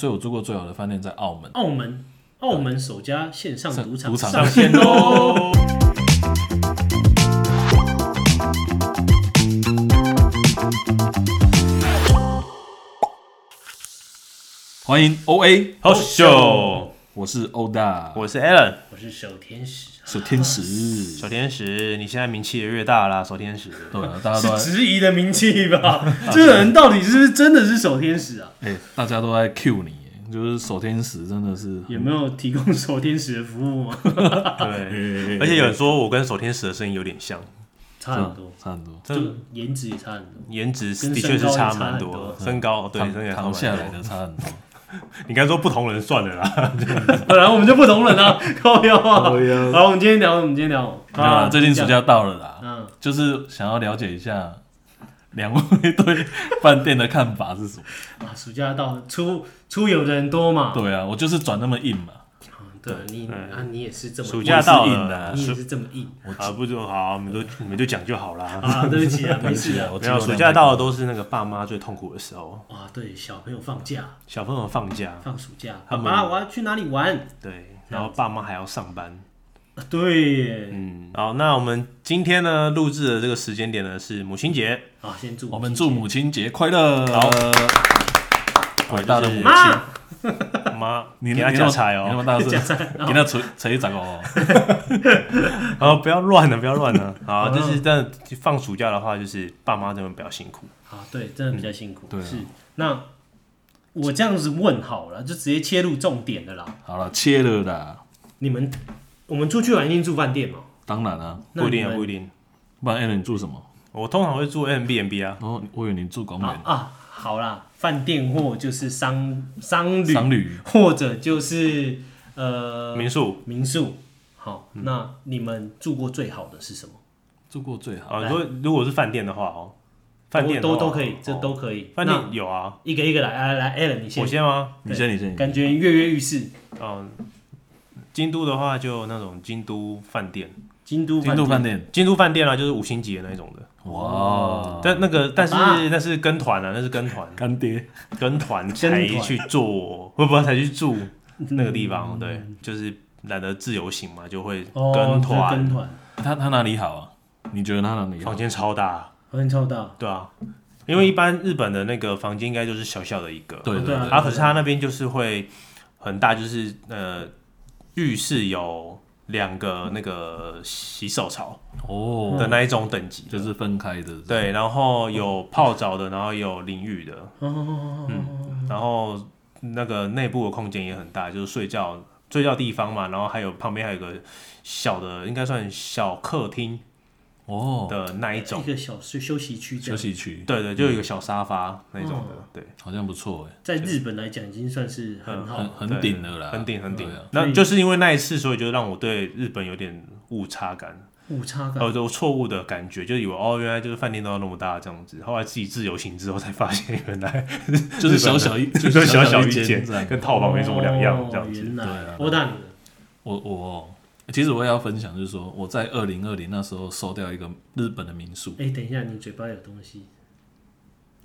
所以我住过最好的饭店在澳门，澳门，澳门首家线上赌场赌场上线喽！欢迎 O A， 好秀，我是欧大，我是 Alan 我是小天使，啊是天使，小天使，你现在名气也越大啦，小天使。对啊，大家都是在，质疑的名气 吧？这个人到底是不是真的是守天使啊？哎、大家都在 Q 你，就是守天使真的是，有没有提供守天使的服务啊吗？ 对，而且有人说我跟守天使的声音有点像， 差很多，差很多，这就颜值也差很 多。颜值跟的确是身高也差差蛮很多嗯多，身高对，躺身高也差躺下来蛮多。的差很啊多，你刚才说不同人算了啦，本来我们就不同人 啊，高腰啊。高腰好，我们今天聊，我们今天聊没有啦，最近暑，假到了啦，嗯，就是想要了解一下两位对饭店的看法是什么？啊，暑假到了，出出游的人多嘛？对啊，我就是转那么硬嘛，嗯对，你啊，你也是这么暑假到我是硬的啊了，你也暑是这 么硬啊不就好，我们 就你们就讲就好啦。啊？ 对不起啊，没事啊。我没有，暑假到了都是那个爸妈最痛苦的时候，哇，对，小朋友放假，小朋友放假，放暑假，他爸们爸我要去哪里玩？对，然后爸妈还要上班。啊对耶，嗯，好，那我们今天呢录制的这个时间点呢是母亲节，啊，先祝我们祝母亲节快乐，好伟大的母亲。妈 妈，你给他你那加么菜哦你那。么 大声，给他捶捶一掌哦。 啊，不要乱了，不要乱 了。好，就是真的放暑假的话，就是爸妈真的比较辛苦。啊，对，真的比较辛苦，对啊是那我这样子问好了，就直接切入重点的啦。好了，切了啦，你们我们出去玩一定住饭店嘛？当然啊，那不一定你啊，们不一定。不然 Alan 你住什么？我通常会住 M B N B 啊，然后我以为你住公啊园啊，好啦，饭店或就是商商旅，商旅，或者就是呃民宿。民宿。好，那你们住过最好的是什么？住过最好。啊，如果如果是饭店的话哦，饭店都的话都都可以哦，这都可以。饭店有啊。那一个一个来，来来，Allen 你先我，先吗？你先，你先，感觉跃跃欲试。嗯，京都的话就那种京都饭店，京都京都饭店，京都饭店啊，就是五星级的那一种的。哇，但那个但是哦爸爸那是跟团啊，那是跟团，干爹，跟团才团去做，不不才去住那个地方，对，就是懒得自由行嘛，就会嗯哦跟这团啊跟，团，他他哪里好啊？你觉得他哪里好房？间超大，很超大，对啊，因为一般日本的那个房间应该就是小小的一个，对对啊啊，可是他那边就是会很大，就是呃，浴室有两个那个洗手槽哦，的那一种等级，就是分开的，对，然后有泡澡的，然后有淋浴的，嗯，然后那个内部的空间也很大，就是睡觉睡觉地方嘛，然后还有旁边还有个小的，应该算小客厅哦，的那一种一，个小休休息区这休样，息区对对，就嗯有一个小沙发那种的，嗯对。好像不错哎，在日本来讲已经算是很好很了。很顶的啦，很顶很顶对啊。那就是因为那一次，所以就让我对日本有点误差感，误差感。呃，就错误的感觉，就以为哦，原来就是饭店都要那么大这样子。后来自己自由行之后才发现， 原来就是小小一， 就就是是小小一间间这样，。跟套房没什么两样哦这样子。原对来啊，欧大你的我我哦其实我也要分享，就是说我在二零二零那时候收掉一个日本的民宿，哎，等一下，你嘴巴有东西，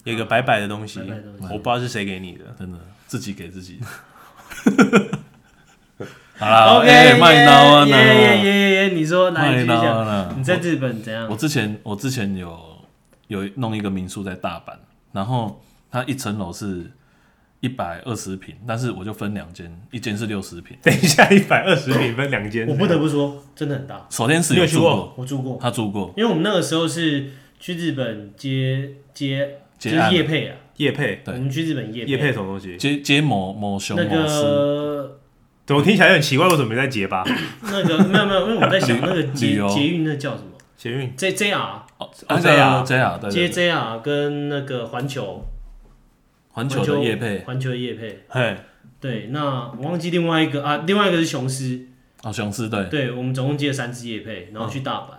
有一个白白的东西，白白的东西我不知道是谁给你的。啊真的自己给自 己。好啦 OK，哎麦当劳耶耶呢？耶耶耶！你说来你麦继续当劳讲，呢？你在日本怎样啊我？之前我之前有有弄一个民宿在大阪，然后它一层楼是一百二十平，但是我就分两间，一间是六十平。等一下，一百二十平分两间，我不得不说，真的很大。首先是你有去住过过，我住过，他住过，因为我们那个时候是去日本接接接就是案夜配啊，叶配对我们去日本夜叶配什么东西？接接某某熊那某狮个怎么听起来有点奇怪？为什么没在结巴？ 那个没有没有，因为我在想那个旅捷游捷运那叫什么捷运？J J R 哦，哦那这个样 JR 对对接对 J R 跟那个环球环球的夜配环球的夜配。嘿，对，那我忘记另外一个啊，另外一个是雄狮。哦，雄狮对，嗯对，我们总共接了三支夜配，然后去大阪。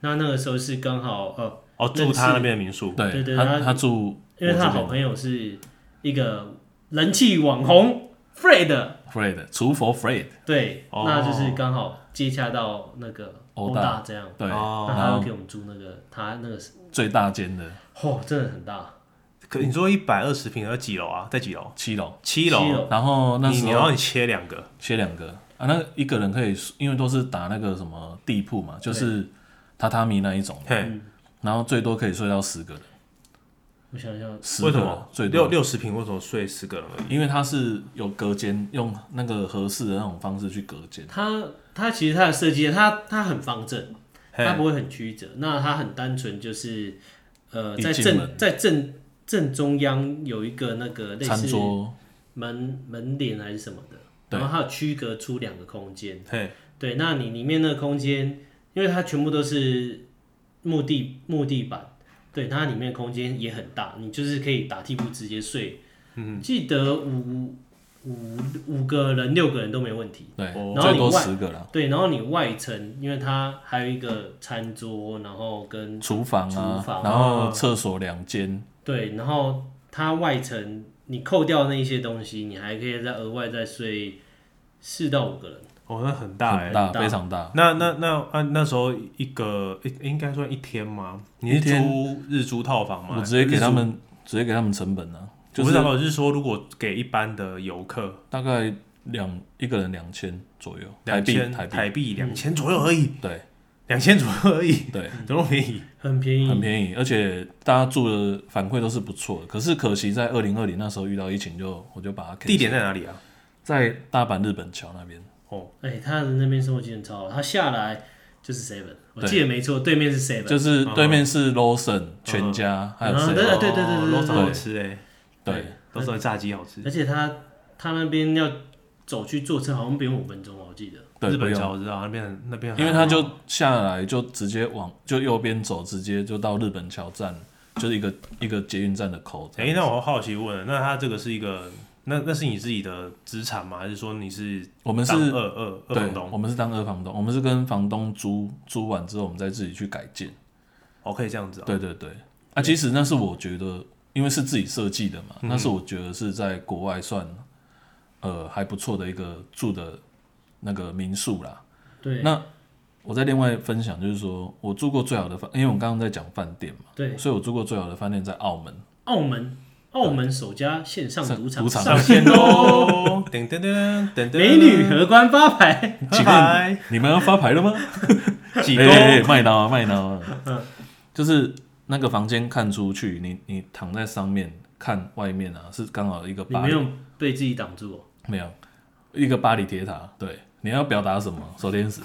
那那个时候是刚好呃，哦，住他那边的民宿，对对他他他住因为他的好朋友是一个人气网红 Fred， Fred 厨佛 Fred 对，哦那就是刚好接洽到那个欧欧大大这样，对，哦那然他后又给我们住那个他那个是，最大间的哦，真的很大，可你说一百二十平要几楼啊？在几楼？七楼，七七楼楼。然后那你时你候要你切两个，切两个啊，那一个人可以，因为都是打那个什么地铺嘛，就是榻榻米那一种的，嘿，然后最多可以睡到十个人，我想想，十为个什人么最六多，六十平为什么睡十个人而已？因为它是有隔间，用那个合适的那种方式去隔间，它它其实它的设计，它它很方正，它嘿，不会很曲折，那它很单纯，就是呃，一在进正门在正正中央有一个那个类餐似桌门门帘还是什么的，对然后它有区隔出两个空间。嘿，对，那你里面那个空间，因为它全部都是木地木地板，对，它里面空间也很大，你就是可以打地铺直接睡。嗯，记得五五五个人六个人都没问题。对哦，然后最你多外十个啦，对，然后你外层，因为它还有一个餐桌，然后跟厨房啊，厨房然后厕所两间，对，然后它外层你扣掉那一些东西，你还可以再额外再睡四到五个人。哦，那很大哎很。大，大非常大，那那那啊，那时候一个一应该算一天吗？你是一天租日租套房吗？我直接给他日租，们直接给他们成本啊，就我不是知道，我是说如果给一般的游客，大概两一个人两千左右，台两币千台币，嗯台币两千左右而已，对两千左右而已，对，怎么那么便宜？很便宜，很便宜，而且大家住的反馈都是不错的。可是可惜在二零二零那时候遇到疫情就，我就把它 cancel 地点在哪里啊？在大阪日本桥那边，哦，哎、他的那边生活技能超好，他下来就是 seven，我对记得没错，对面是 seven，就是嗯对面是 Lawson 全家，还有嗯谁？对对对对对对罗对好吃哎，对，罗斯的炸鸡好吃，而且他他那边要走去坐车好像不用五分钟哦，我记得。对，日不本桥用，我知道那边很那边很因好，为他就下来就直接往就右边走，直接就到日本桥站，就是一个一个捷运站的口这哎、样。那我好奇问，那他这个是一个，那那是你自己的资产吗？还是说你是我们是当二二二对房，东？我们是当二房东，我们是跟房东租租完之后，我们再自己去改建。哦，可以这样子、哦。对对对，啊，其实那是我觉得，因为是自己设计的嘛，那是我觉得是在国外算，呃，还不错的一个住的那个民宿啦。对那我再另外分享，就是说我住过最好的饭，因为我们刚刚在讲饭店嘛，对，所以我住过最好的饭店在澳门，澳门澳门首家线上上赌场赌场上天线喽！喽，噔噔噔噔噔，美女荷官发牌，请请问问你们要发牌了吗？几哎哎哎公？麦当啊，麦当啊，就是那个房间看出去，你你躺在上面看外面啊，是刚好一个你巴没黎有被自己挡住哦。没有，一个巴黎铁塔。对，你要表达什么？守天使。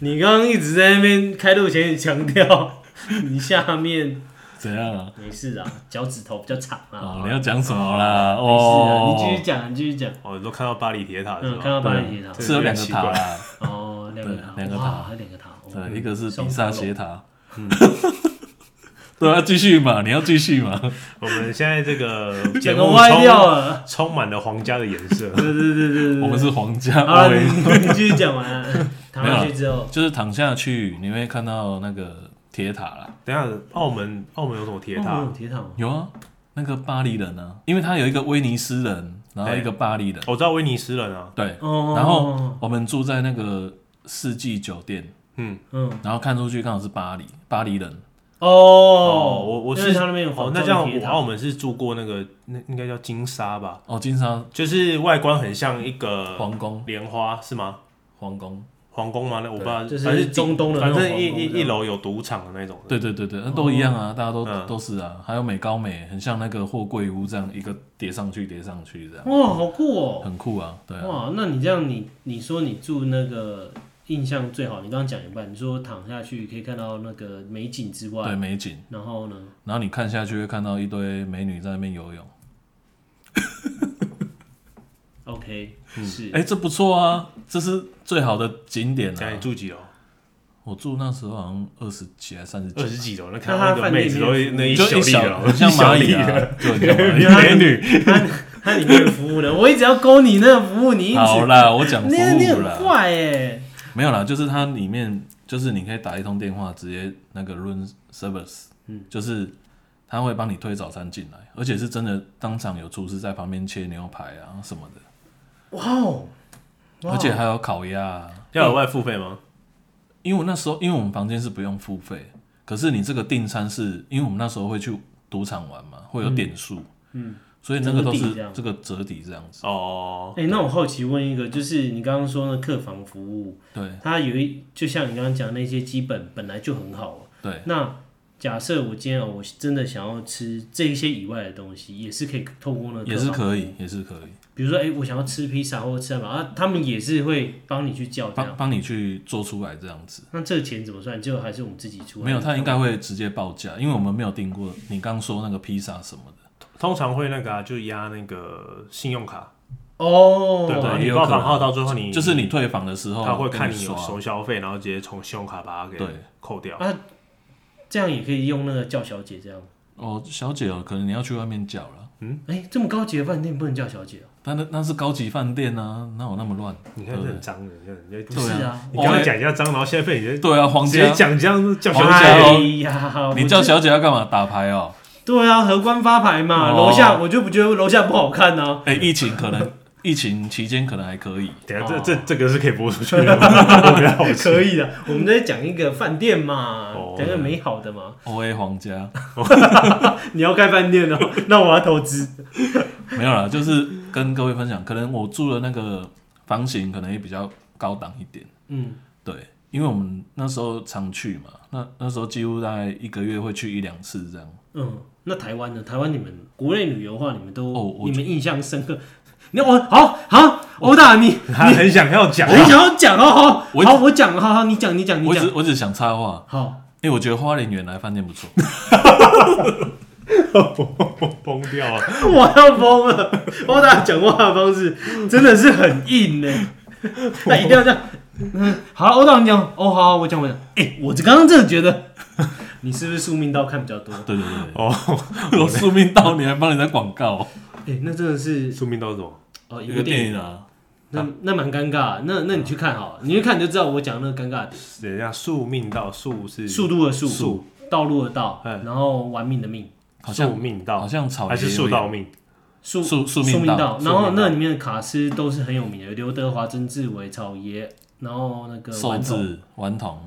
你刚刚一直在那边开录前也强调， 你下面怎样啊？没事啊，脚趾头比较长啊。哦，你要讲什么啦？没事啊，哦，你继续讲，你继续讲。哦，你都看到巴黎铁塔是嗯，吧？看到巴黎对铁塔这是有两个塔啦，哦，两个塔，对两个塔哇，还有两个塔，哦对，一个是双比塔萨楼斜塔。嗯 对啊，继续嘛，你要继续嘛。我们现在 这个节整个目歪掉充 了。充满了皇家的颜色。对对对对对。我们是皇家好了，欧维，你你继续讲完了。躺下去之后，就是躺下去你会看到那个铁塔啦。等一下，澳门澳门有什么铁哦塔有？铁塔吗？有啊，那个巴黎人啊，因为他有一个威尼斯人，然后一个巴黎人，我知道威尼斯人啊，对。哦，然后我们住在那个世纪酒店，嗯，嗯然后看出去刚好是巴黎，巴黎人。哦，我我因是为他那边有哦仿，那造这样的铁我塔澳门是住过那个那应该叫金沙吧，哦，金沙就是外观很像一个皇宫，莲花是吗？皇宫，皇宫吗？那我不知啊道，就是反正中东的那反种正一皇宫一这样一楼有赌场的那种。对对对对，那都一样哦啊，大家都嗯都是啊。还有美高美，很像那个货柜屋这样，一个叠上去叠上去这样，哇，好酷哦！很酷啊。对啊，哇，那你这样，你你说你住那个印象最好，你刚刚讲一半，你说躺下去可以看到那个美景之对外，美景，然后呢，然后你看下去会看到一堆美女在那边游泳， OK，是嗯哎，这不错啊，这是最好的景点讲你啊。住几楼？我住那时候好像二十几还三十几二，十几楼，那看看到到那个那个妹妹子子都都会那就小一粒小，的，很像蚂蚁啊，啊，就很像蚂蚁。 美 女。它它里面有服务的，我一直要勾你那个服务，你一直好啦，我讲服你你务很啦，坏哎，没有啦，就是它里面就是你可以打一通电话，直接那个 room service，嗯，就是他会帮你推早餐进来，而且是真的当场有厨师在旁边切牛排啊什么的，哇哦！哇哦而且还有烤鸭、啊。要额外付费吗？因为我那时候，因为我们房间是不用付费，可是你这个订餐是因为我们那时候会去赌场玩嘛，会有点数，嗯，所以那个都折抵这是样这个折抵这样子。哦，哎、那我好奇问一个，就是你刚刚说的客房服务，对它有一就像你刚刚讲那些基本本来就很好、对，那假设我今天哦，我真的想要吃这一些以外的东西，也是可以透过那个也客是房可以，也是可以，比如说，哎、我想要吃披萨或者吃汉堡啊，他们也是会帮你去叫哦这样。帮帮你去做出来这样子。那这个钱怎么算？就还是我们自己出？没有，他应该会直接报价，因为我们没有订过你刚说那个披萨什么的。通常会那个啊，就压那个信用卡，哦，对吧？对也你有报可能房号到最后你就是你退房的时候，他会看你你有刷收消费，然后直接从信用卡把它给对啊扣掉。这样也可以用那个叫小姐这样。哦，小姐哦，可能你要去外面叫了。哎、这么高级的饭店不能叫小姐哦、但那那是高级饭店啊，哪有那么乱？你看这很脏的，你看人家不是啊，你刚刚讲一下脏，然后现在被你对啊，皇直家接，讲这样子叫小皇姐啊家哎呀，你我叫这小姐要干嘛？打牌哦。对啊，荷官发牌嘛，哦楼、下我就不觉得楼下不好看呢、啊。哎，疫情可能，疫情期间可能还可以。等一下哦这这这个是可以播出去的吗， 我比较好奇可以的，我们在讲一个饭店嘛，哦讲、一个美好的嘛。 O A 皇家你要开饭店哦、 那我要投资。没有啦，就是跟各位分享，可能我住的那个房型可能也比较高档一点。嗯，对，因为我们那时候常去嘛，那那时候几乎大概一个月会去一两次这样。嗯，那台湾呢？台湾你们国内旅游的话，你们都、哦我你们印象深刻？你我好好殴打你，他很想要讲啊我，想要讲，好好我好，我讲，好好你讲，你讲，你我只讲，我只想插话，好。 因为我觉得花莲原来饭店不错。 疯掉啊了。我要疯了！殴打讲话的方式真的是很硬呢、那一定要这样。嗯，好，殴打你讲，哦，好好，我讲，我讲。哎、我刚刚真的觉得， 你是不是宿命道看比较多？对对对哦，对，我宿命到你还帮人家广告，哎、那真的是宿命到什么？哦，一一个个电电影，影啊，那那蛮尴尬。那那你去看好了，你去看你就知道我讲那个尴尬的点。等一下，宿命到宿是速度的速，速道路的道，嗯然后玩命的命，好像宿命好到像草还是莓宿有点到命？宿宿宿命命道然后宿命道那里面的卡司都是很有名的，有刘德华、曾志伟、草爷，然后那个寿顽童字顽童，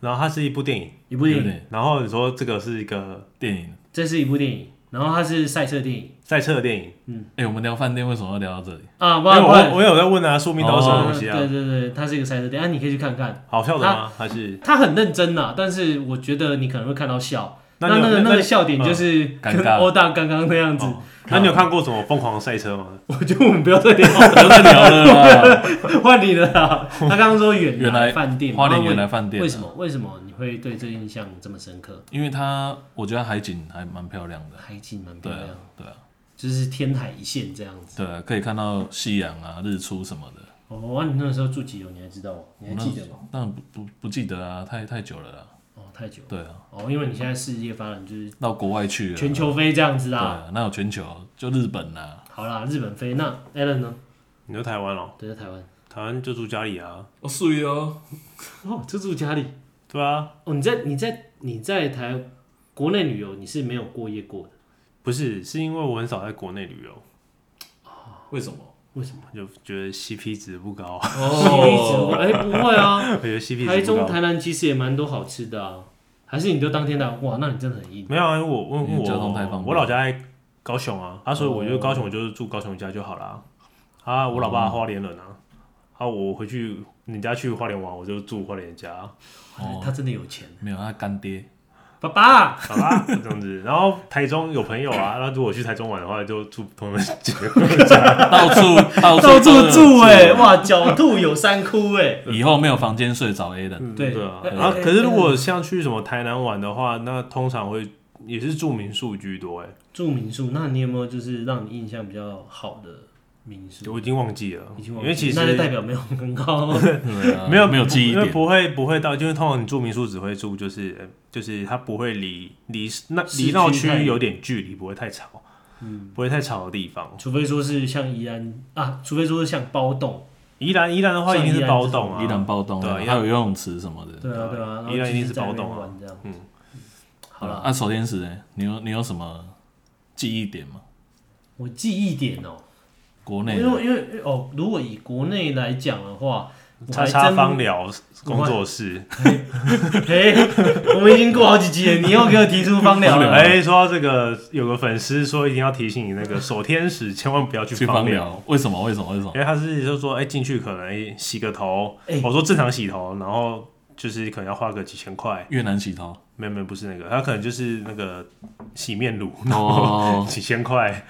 然后它是一部电影，一部电有影，点然后你说这个是一个电影。这是一部电影，然后它是赛车电影赛车的电影，哎、我们聊饭店为什么要聊到 这里？啊，不因为然不我然我有在问啊，宿命到是什么东西对啊？对对，它是一个赛车电影，啊，你可以去看看，好笑的吗？还是它很认真呐，但是我觉得你可能会看到笑，那你有那个那个笑点嗯哦就是尴跟尬欧大刚刚那样子，那你有看过什么疯狂的赛车吗？我觉得我们不要再聊了。不要再聊了啦。换你了啦。他刚刚说远原来饭店，花莲那为原来饭店啊为什么？为什么你会对这印象这么深刻？因为它我觉得海景还蛮漂亮的。海景蛮漂对亮啊，，对啊，就是天海一线这样子。对啊，可以看到夕阳啊、日出什么的。哦，啊，你那时候住几楼？你还知道吗？你还记得吗？当然不不不记得啊，太太久了啦。哦，太久了。对啊，哦，因为你现在事业发展就是到国外去了。全球飞这样子对啦。啊，那有全球就日本啦。好啦，日本飞，那 Alan 呢？你说台湾哦，对，在台湾。台湾就住家里啊，哦，睡哦。哦，就住家里。对啊，哦，你在你在你在台国内旅游，你是没有过夜过的，不是，是因为我很少在国内旅游，为什么？为什么？就觉得 CP 值不高， 哦，哎，不会啊。 我觉得 CP 台值不中、高。台南其实也蛮多好吃的啊，还是你就当天来？哇，那你真的很硬。哦没有啊，因为我问因为我交通太方便我老家在高雄啊，啊，所以我就高雄，我就是住高雄家就好啦。啊，我老爸花莲人啊，啊，我回去你家去花莲玩，我就住花莲家，哦哎他真的有钱，没有，他干爹。爸爸。好啦， 这样子。然后台中有朋友啊，那如果去台中玩的话，就住朋友家。到处到到都处有住哎、哇，狡兔有三窟哎、以后没有房间睡找 A 的，对对啊。哎然后哎可是如果像去什么台南玩的话，那通常会也是住民宿居多哎、住民宿，那你有没有就是让你印象比较好的民宿？我已经忘记了，已经因忘记为其实那就代表没有很 高。对啊没有没有记忆因为点，不会不会到，因为通常你住民宿只会住就是呃就是它不会离离那市离闹区太区有点距离，不会太吵，嗯，不会太吵的地方。除非说是像宜兰啊，除非说是像包栋，宜兰宜兰的话像一宜定是兰包这种栋啊，依然暴动，对啊还依有然游泳池什么的。对啊对啊，然后宜兰一定是就是在那边包栋啊玩这样。嗯，好了，啊，守天使呢？你有你有什么记忆点吗？我记忆点哦、国内因的为因为因为哦，如果以国内来讲的话，叉叉芳疗工作室， 嘿，我们已经过好几集了，你又给我提出芳疗啊了。 哎，说到这个，有个粉丝说一定要提醒你，那个守天使千万不要去去芳芳疗，疗，为什么？为什么？为什么？因为他是就说，哎，进去可能洗个头哎，我说正常洗头，然后就是可能要花个几千块，越南洗头没有没有，不是那个，他可能就是那个洗面乳，哦几千块，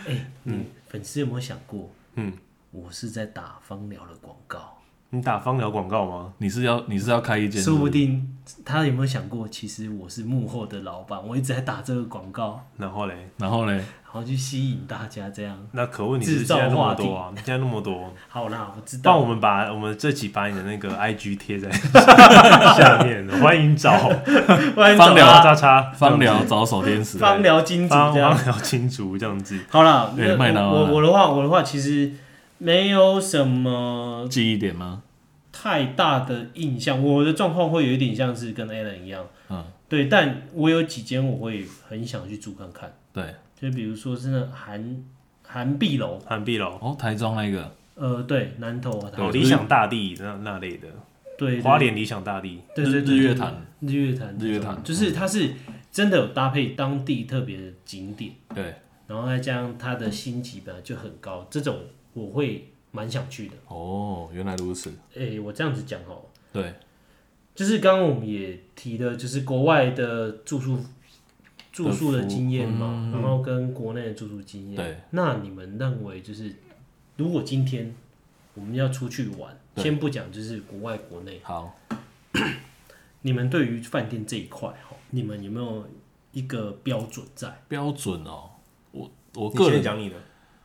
嗯，粉丝有没有想过，嗯，我是在打芳疗的广告，你打芳疗广告吗？ 你是要你是要开一间？说不定他有没有想过，其实我是幕后的老板，我一直在打这个广告，然后嘞，然后嘞，然后去吸引大家这样。那可问题是制现造在那么话题多啊，现在那么多，好啦，我知那我道，们把我们这集把你的那个 IG 贴在下面，欢迎找不然芳疗找他叉叉芳疗找手天使，芳疗金主帮这样。帮聊清楚这样子。好啦，对那哎麦当劳啊我啦我我的话，我的话其实没有什么记忆点吗？太大的印象，我的状况会有一点像是跟 Alan 一样，嗯，对，但我有几间我会很想去住看看，对，就比如说是那韩韩碧楼，韩碧楼、哦，台中那个呃，对，南投啊，哦对理想大地那那类的，对，对花莲理想大地，对日对对日月潭，日月潭，日月潭嗯就是它是真的有搭配当地特别的景点，对，然后再加上它的星级本来就很高，这种我会蛮想去的。哦，原来如此，诶、我这样子讲哦，对，就是刚刚我们也提的，就是国外的住宿住宿的经验嘛，然后跟国内的住宿经验。嗯对，那你们认为就是，如果今天我们要出去玩，对先不讲就是国外国内，好，你们对于饭店这一块哈，你们有没有一个标准在？标准哦，我我你个先人讲你的，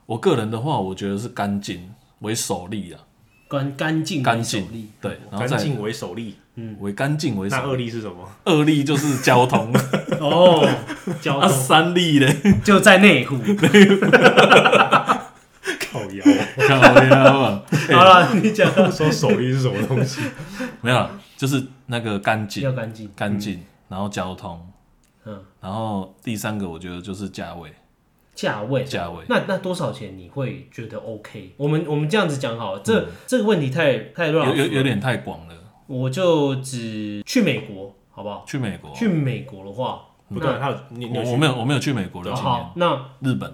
我个人的话，我觉得是干净为首例啊，干干净干为首例净，对，然后干再净为首例，为干净为那首二例，例是什么？二例就是 交通，哦，交啊，通三例嘞， 就在内湖。烤窑。靠腰啊好 了，你讲到说首例是什么东西？没有啦，就是那个干净要干净，干净，然后交通，嗯，然后第三个我觉得就是价位，价位价位那那多少钱你会觉得 OK？我们我们这样子讲好了，这、这个问题太太乱有了，嗯有有点太广了，我就只去美国好不好？去美国，去美国的话，不对，他有你你有我我去没有我没有去美国的哦经验，好，那日本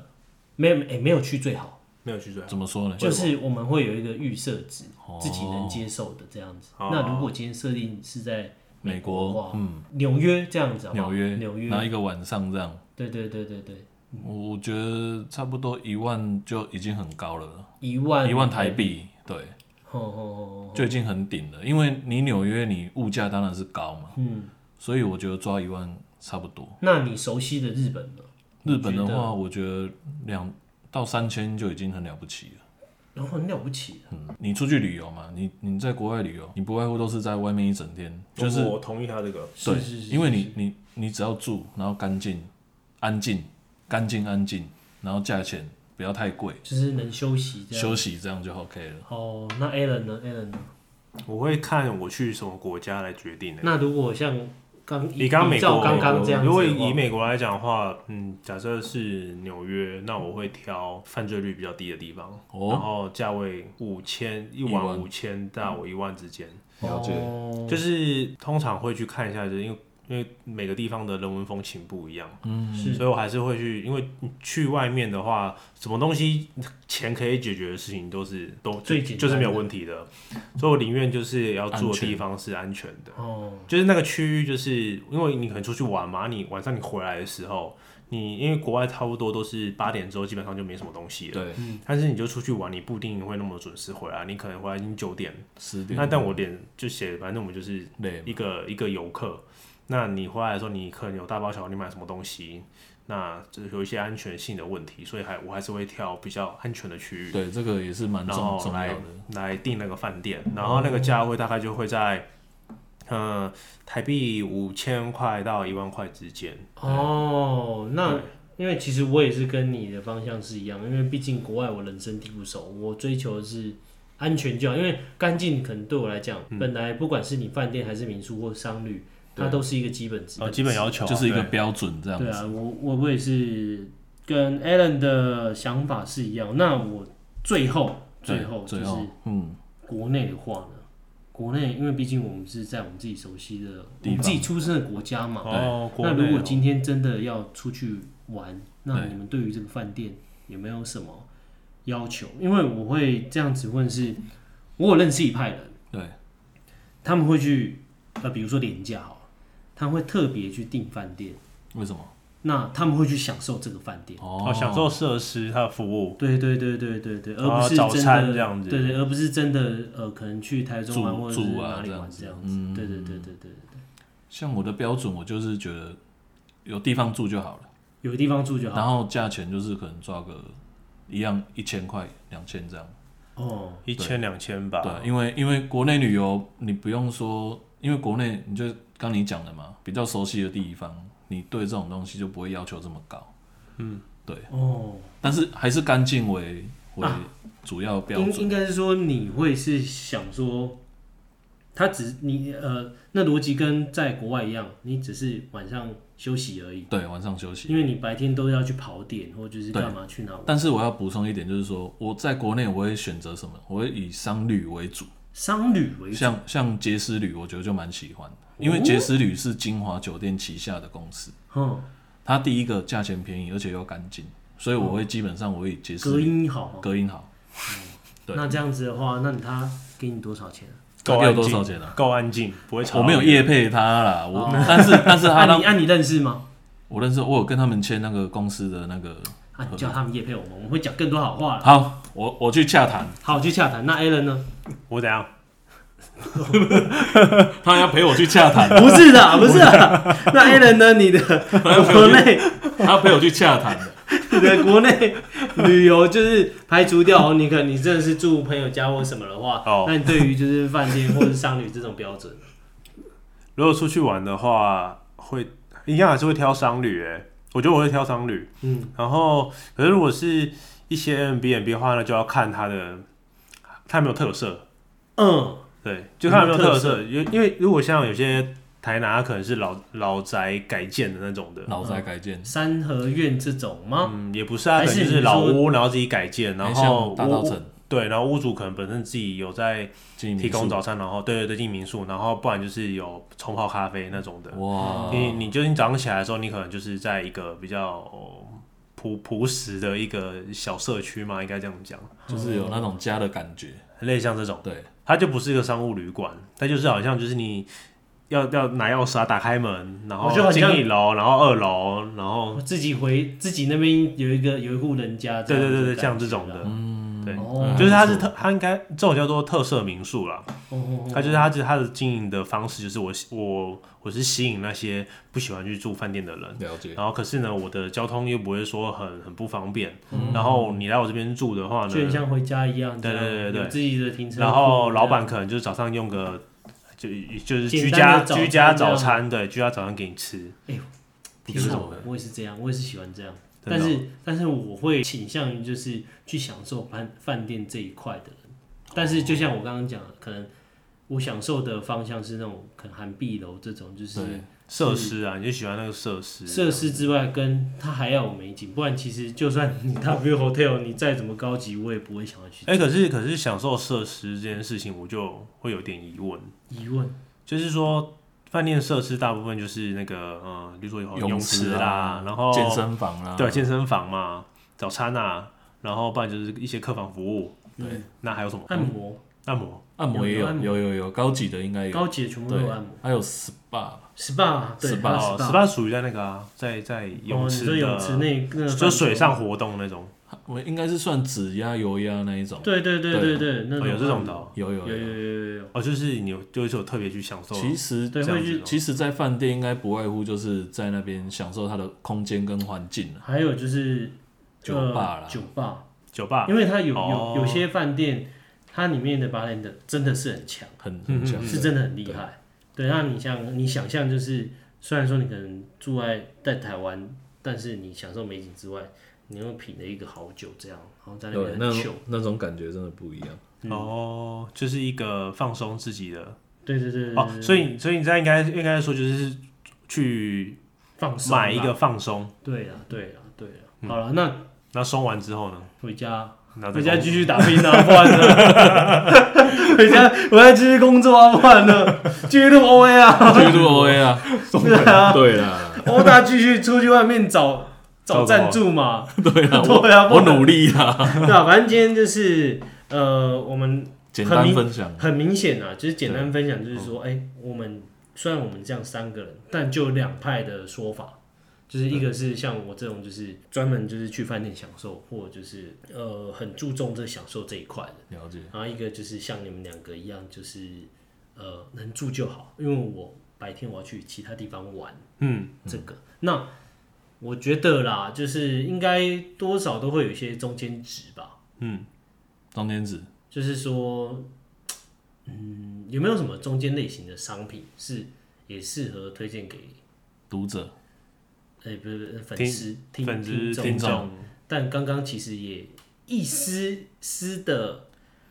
没有诶、没有去最好，没有去最好？怎么说呢？就是我们会有一个预设值哦，自己能接受的这样子。哦那如果今天设定是在美国的国话，嗯，纽约这样子好不好，纽约，纽然后约，一个晚上这样。对对对对对，我我觉得差不多一万就已经很高了，一万一万台，币，对，哦哦哦，就已经很顶了。因为你纽约你物价当然是高嘛，嗯，所以我觉得抓一万差不多。那你熟悉的日本呢？日本的你觉得话，我觉得两到三千就已经很了不起了。然哦后很了不起，啊嗯，你出去旅游嘛，你你在国外旅游，你不外乎都是在外面一整天，就是我同意他这个，是对是是，是因为你你你只要住，然后干净、安静、干净安静，然后价钱不要太贵，就是能休息这样。休息这样就 OK 了。哦，那 Alan 呢？Alan 呢？我会看我去什么国家来决定的。那如果像刚以刚美比照国刚刚这样子的话，如果以美国来讲的话，嗯，假设是纽约，那我会挑犯罪率比较低的地方，哦然后价位五千一一晚万五千到我一万之间，了解哦就是通常会去看一下，就是因为。因为每个地方的人文风情不一样，嗯，是所以我还是会去。因为去外面的话，什么东西钱可以解决的事情都是都最就简单的就是没有问题的，所以我宁愿就是要住安的全地方是安全的。哦，就是那个区域，就是因为你可能出去玩嘛，你晚上你回来的时候，你因为国外差不多都是八点之后基本上就没什么东西了。对，但是你就出去玩，你不一定会那么准时回来，你可能回来已经九点。十点那但我点就写，反正我们就是累一个一个游客。那你回来的时候，你可能有大包小包，你买什么东西，那这有一些安全性的问题，所以还我还是会挑比较安全的区域。对，这个也是蛮嗯然重后重要来的。来订那个饭店，然后那个价位大概就会在，呃，台币五千块到一万块之间。哦，那因为其实我也是跟你的方向是一样，因为毕竟国外我人生地不熟，我追求的是安全就好，因为干净可能对我来讲，本来不管是你饭店还是民宿或商旅，它都是一个哦基本值。呃，基本要求就是一个对标准这样对子。啊，我我我也是跟 Alan 的想法是一样。那我最后对最后就最是后，嗯，国内的话呢，国内，因为毕竟我们是在我们自己熟悉的、我地方们自己出生的国家嘛。哦，国那内如果哦今天真的要出去玩，那对你们对于这个饭店有没有什么要求？因为我会这样子问是，我有认识一派人，对，他们会去，呃，比如说廉价好了，他们会特别去订饭店，为什么？那他们会去享受这个饭店。哦哦，享受设施它的服务，对对对对对对，而啊不是真的、早餐这样子对对，而不是真的呃，可能去台中玩住或者是住啊哪里这样玩子这样嗯对对对对对对，像我的标准，我就是觉得有地方住就好了，有地方住就好。然后价钱就是可能抓个一样一千块、两千这样。哦，一千两千吧，对，因为因为国内旅游你不用说，因为国内你就刚你讲的嘛，比较熟悉的地方，你对这种东西就不会要求这么高。哦，但是还是干净为为啊主要标应准。应该是说你会是想说，他只你呃，那逻辑跟在国外一样，你只是晚上休息而已，对，晚上休息。因为你白天都要去跑点或就是对干嘛去哪玩。但是我要补充一点，就是说我在国内我会选择什么？我会以商旅为主，商旅为主，像像杰斯旅，我觉得就蛮喜欢的，因哦为杰斯旅是金华酒店旗下的公司，嗯，它第一个价钱便宜，而且又干净，所以我会基本上我会以杰斯隔旅音好吗？隔音好，对那这样子的话，那你他给你多少钱啊？够它给我安多少静，钱啊？哦够安静，不会吵。我没有业，配他啦，我、哦但是但是他按让你啊按你认识吗？我认识，我有跟他们签那个公司的那个啊，你叫他们叶配我们，我们会讲更多好话了。好，我我去洽谈，好，去洽谈。那 a l a n 呢？我怎样？他要陪我去洽谈， 不是的， 不是的。那 a l a n 呢？你的国内，他要陪我去洽谈的， 你的国内旅游就是排除掉，你可能你真的是住朋友家或什么的话，哦那你对于就是饭店或者商旅这种标准，如果出去玩的话，会一样还是会挑商旅诶、我觉得我会挑商旅。嗯，然后可是如果是一些 n b n b 的话，那就要看它的它有没有特色，嗯，对，就看有没有特有色。因为因为如果像有些台南，它可能是老老宅改建的那种的，老宅改建，三合院这种吗？嗯，也不是啊，还可是能就是你老说屋，然后自己改建，然后哎像大稻屋城对，然后屋主可能本身自己有在经营民提宿供早餐，然后对对对进民宿，然后不然就是有冲泡咖啡那种的。哇，你你就你早上起来的时候，你可能就是在一个比较朴朴实的一个小社区嘛，应该这样讲，就是有那种家的感觉，类似像这种，对，它就不是一个商务旅馆，它就是好像就是你要要拿钥匙啊，打开门，然我觉得后很进像一楼，然后二楼，然后我自己回自己那边有一个有一户人家这对样对子的感觉啦，啊对对，像这种的，嗯，对哦就是它是特，它应该这种叫做特色民宿啦。哦，哦哦它就是它就是它的经营的方式，就是我我我是吸引那些不喜欢去住饭店的人，了解，然后可是呢，我的交通又不会说很很不方便，然后你来我这边住的话嗯就很呢，像回家一样，对对对对对有自己的停车库，然后老这样板可能就是早上用个就就是简居单家的早餐居家这样早餐，对，居家早餐给你吃，不你是错怎么的，我也是这样，我也是喜欢这样。真的但哦是，但是我会倾向于就是去享受饭饭店这一块的人。但是，就像我刚刚讲，的，可能我享受的方向是那种可能韩碧楼这种，就是对设施啊，你就喜欢那个设施，设施之外，跟它还要有美景。不然，其实就算你 W Hotel 你再怎么高级，我也不会想要去。哎、可是可是享受设施这件事情，我就会有点疑问，疑问，就是说饭店设施大部分就是那个嗯，比如说有泳池池啊啦，然后健身啊房啦，对健身房嘛，早餐啊，然后不然就是一些客房服务，对，那还有什么嗯按摩按摩？按摩也有，有有按摩有有有高级的哎应该有，高级的全部都有按摩还有 SPA， ，SPA 对 SPA 还有哦 SPA ，SPA 属于在那个啊，在在泳哦你池说的，泳池那那个就范水畴上活动那种，我应该是算指压、油压那一种，对对对对对，那哦种嗯有这种的按哦，有有摩，有有有有有，哦，就是你有就是有特别去享受，其实对，这样会子去。哦其实，在饭店应该不外乎就是在那边享受它的空间跟环境啊，还有就是酒呃吧啦酒吧，酒吧因为它有哦有有些饭店，它里面的 bartender 真的是很强，很嗯很强，是真的很厉害。对，那你像你想象就是，虽然说你可能住在在台湾，但是你享受美景之外，你又品了一个好酒，这样，然后在那对，边那很种久。那种感觉真的不一样。嗯哦，就是一个放松自己的对对对对哦，对所以所以你这样应该应该说就是去放松啊买一啦。个放松，对啊，对啊，对啊。好了，那那松完之后呢？回家然后回再家工继续打拼啊，不然呢？ 回家我要继续工作啊，不然呢？继续录 OA 啊，这个就 OA 啊， 对啊对啦， ，O 大继续出去外面找找找赞助嘛， 对啊，对啊我我努力啊，对啊，反正今天就是呃，我们简单分享，很明显啊，就是简单分享，就是说，哎、我们虽然我们这样三个人，但就有两派的说法，就是一个是像我这种，就是专门就是去饭店享受，或者就是呃很注重这享受这一块的，了解，然后一个就是像你们两个一样，就是呃能住就好，因为我白天我要去其他地方玩，嗯，这个、那。我觉得啦，就是应该多少都会有一些中间值吧，中间值，就是说，嗯，有没有什么中间类型的商品是也适合推荐给，读者哎、不是粉听丝听粉丝众听这样？众但刚刚其实也一丝丝的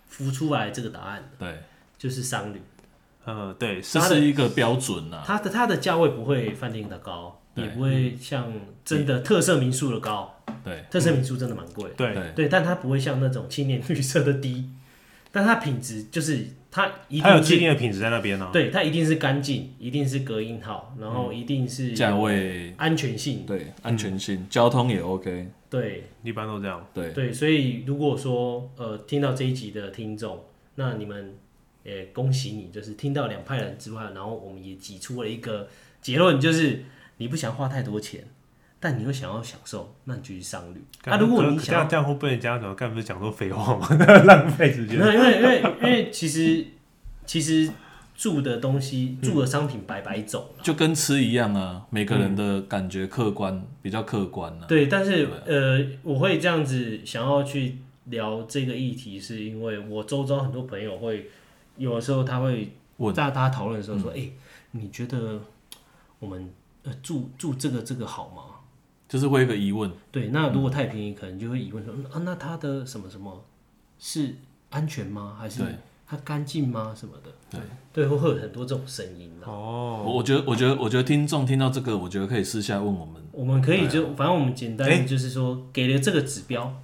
浮出来这个答案，对，就是商旅，呃，对，这是是一个标准啊，它的它的价位不会饭店的高，对嗯也不会像真的特色民宿的高，对特色民宿真的蛮贵的，对，对，对，但它不会像那种青年旅社的低，但它品质就是它一它有定是既定的品质在那边啊呢。对，它一定是干净，一定是隔音好，然后一嗯定是嗯价位安全性。对安全性，交通也 OK，对一般都这样。对，对，所以如果说呃听到这一集的听众，那你们也恭喜你，就是听到两派人之外，然后我们也挤出了一个结论，就是你不想花太多钱，但你又想要享受，那你就去商旅。那、干啊如果这你这想要样这样会被人家怎么干？不是讲说废话吗？ 浪费时间。那因为因为因为其实其实住的东西住的商品百百种啦。就跟吃一样啊，每个人的感觉客观比较客观啊，对，但是呃，我会这样子想要去聊这个议题，是因为我周遭很多朋友会，有的时候他会问嗯在大家讨论的时候说：“哎、你觉得我们呃住住这个这个好吗就是会有一个疑问，？”嗯对，那如果太便宜，可能就会疑问说：“嗯啊，那它的什么什么是安全吗？还是对它干净吗？什么的？”对，对，会会有很多这种声音啊。哦，我我觉得我觉得我觉得听众听到这个，我觉得可以私下问我们，我们可以啊就、反正我们简单哎就是说，给了这个指标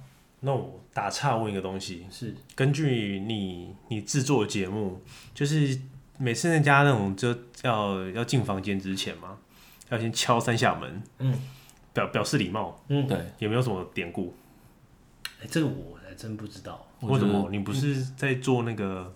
那我打岔问一个东西，是嗯根据你你制作节目，就是每次人家那种就要要进房间之前嘛，要先敲三下门，嗯，表表示礼貌，嗯，对，有没有什么典故？哎，这个我还真不知道。我为觉什得么你不是在做那个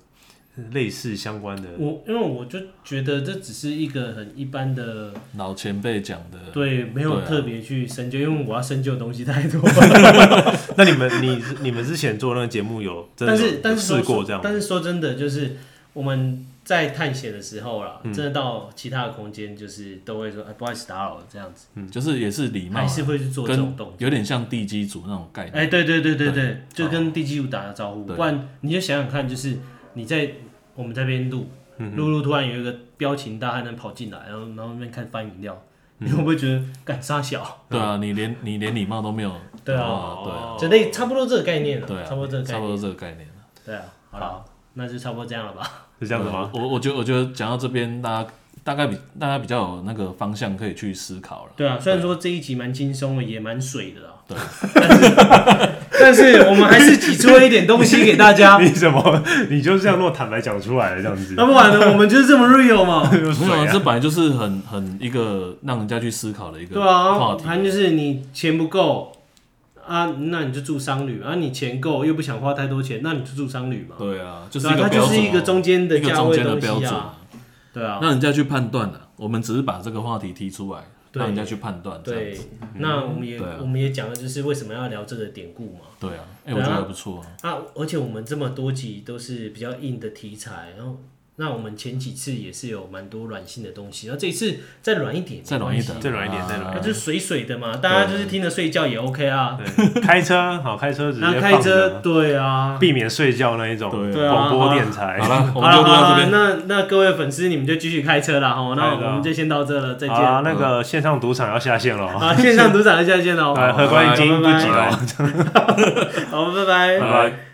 类似相关的？我因为我就觉得这只是一个很一般的，老前辈讲的，嗯对，没有对啊特别去深究，因为我要深究的东西太 多了。那你们你你们之前做那个节目有真的但有是但是说有试过这样吗？但是说真的，就是我们在探险的时候嗯啦，真的到其他的空间，就是都会说，哎，不好意思打扰了这样子，就是也是礼貌啊嗯还，是会去做这种跟动作。有点像地基组那种概念，哎，对对对对对对，就跟地基组打个招呼，对不然你就想想看，就是你在我们这边录嗯录录，突然有一个彪形大汉人跑进来，然后然后那边开始翻饮料，嗯你会不会觉得干啥小？对啊，你连你连礼貌都没有，对啊哇对啊，就类差不多这个概念了，对啊，哦差不多这个概差不念，多这个概念。对啊，好了，那就差不多这样了吧。是这样子吗？对？我我觉得我觉得讲到这边，大家大概比大家比较有那个方向可以去思考了。对啊，虽然说这一集蛮轻松的，也蛮水的 啦，对，但是但是我们还是挤出了一点东西给 大家， 你怎么你就这样那么坦白讲出来了这样子？啊那不然呢，我们就是这么 real 嘛，有没水有啊，啊！这本来就是很很一个让人家去思考的一个对话啊，题。反正就是你钱不够啊，那你就住商旅啊，你钱够又不想花太多钱，那你就住商旅嘛，对啊，就是对啊，一个它就标准是啊一个中间的一个价中位间的东标西准啊，啊，对啊，让人家去判断了。我们只是把这个话题提出来，对让人家去判断这样对子。，那我们也对啊我们也讲了，就是为什么要聊这个典故嘛。对啊，哎，对啊我觉得还不错啊。啊，而且我们这么多集都是比较硬的题材，然后那我们前几次也是有蛮多软性的东西，然后这一次再软一点，再软一点，再软一点再软那、一啊、啊就水水的嘛，大家就是听着睡觉也 OK 啊，对，开车好，开车直然后接开放车着，对啊。避免睡觉那一种对啊广播电台好。了，我好们啦就录好到啦这边。那那各位粉丝你们就继续开车啦吼，那开车我们就先到这了，再见。嗯好啊，那个线上赌场要下线了哦，啊，线上赌场就下线喽，哎荷官已经不急了哦。好，拜拜，拜拜。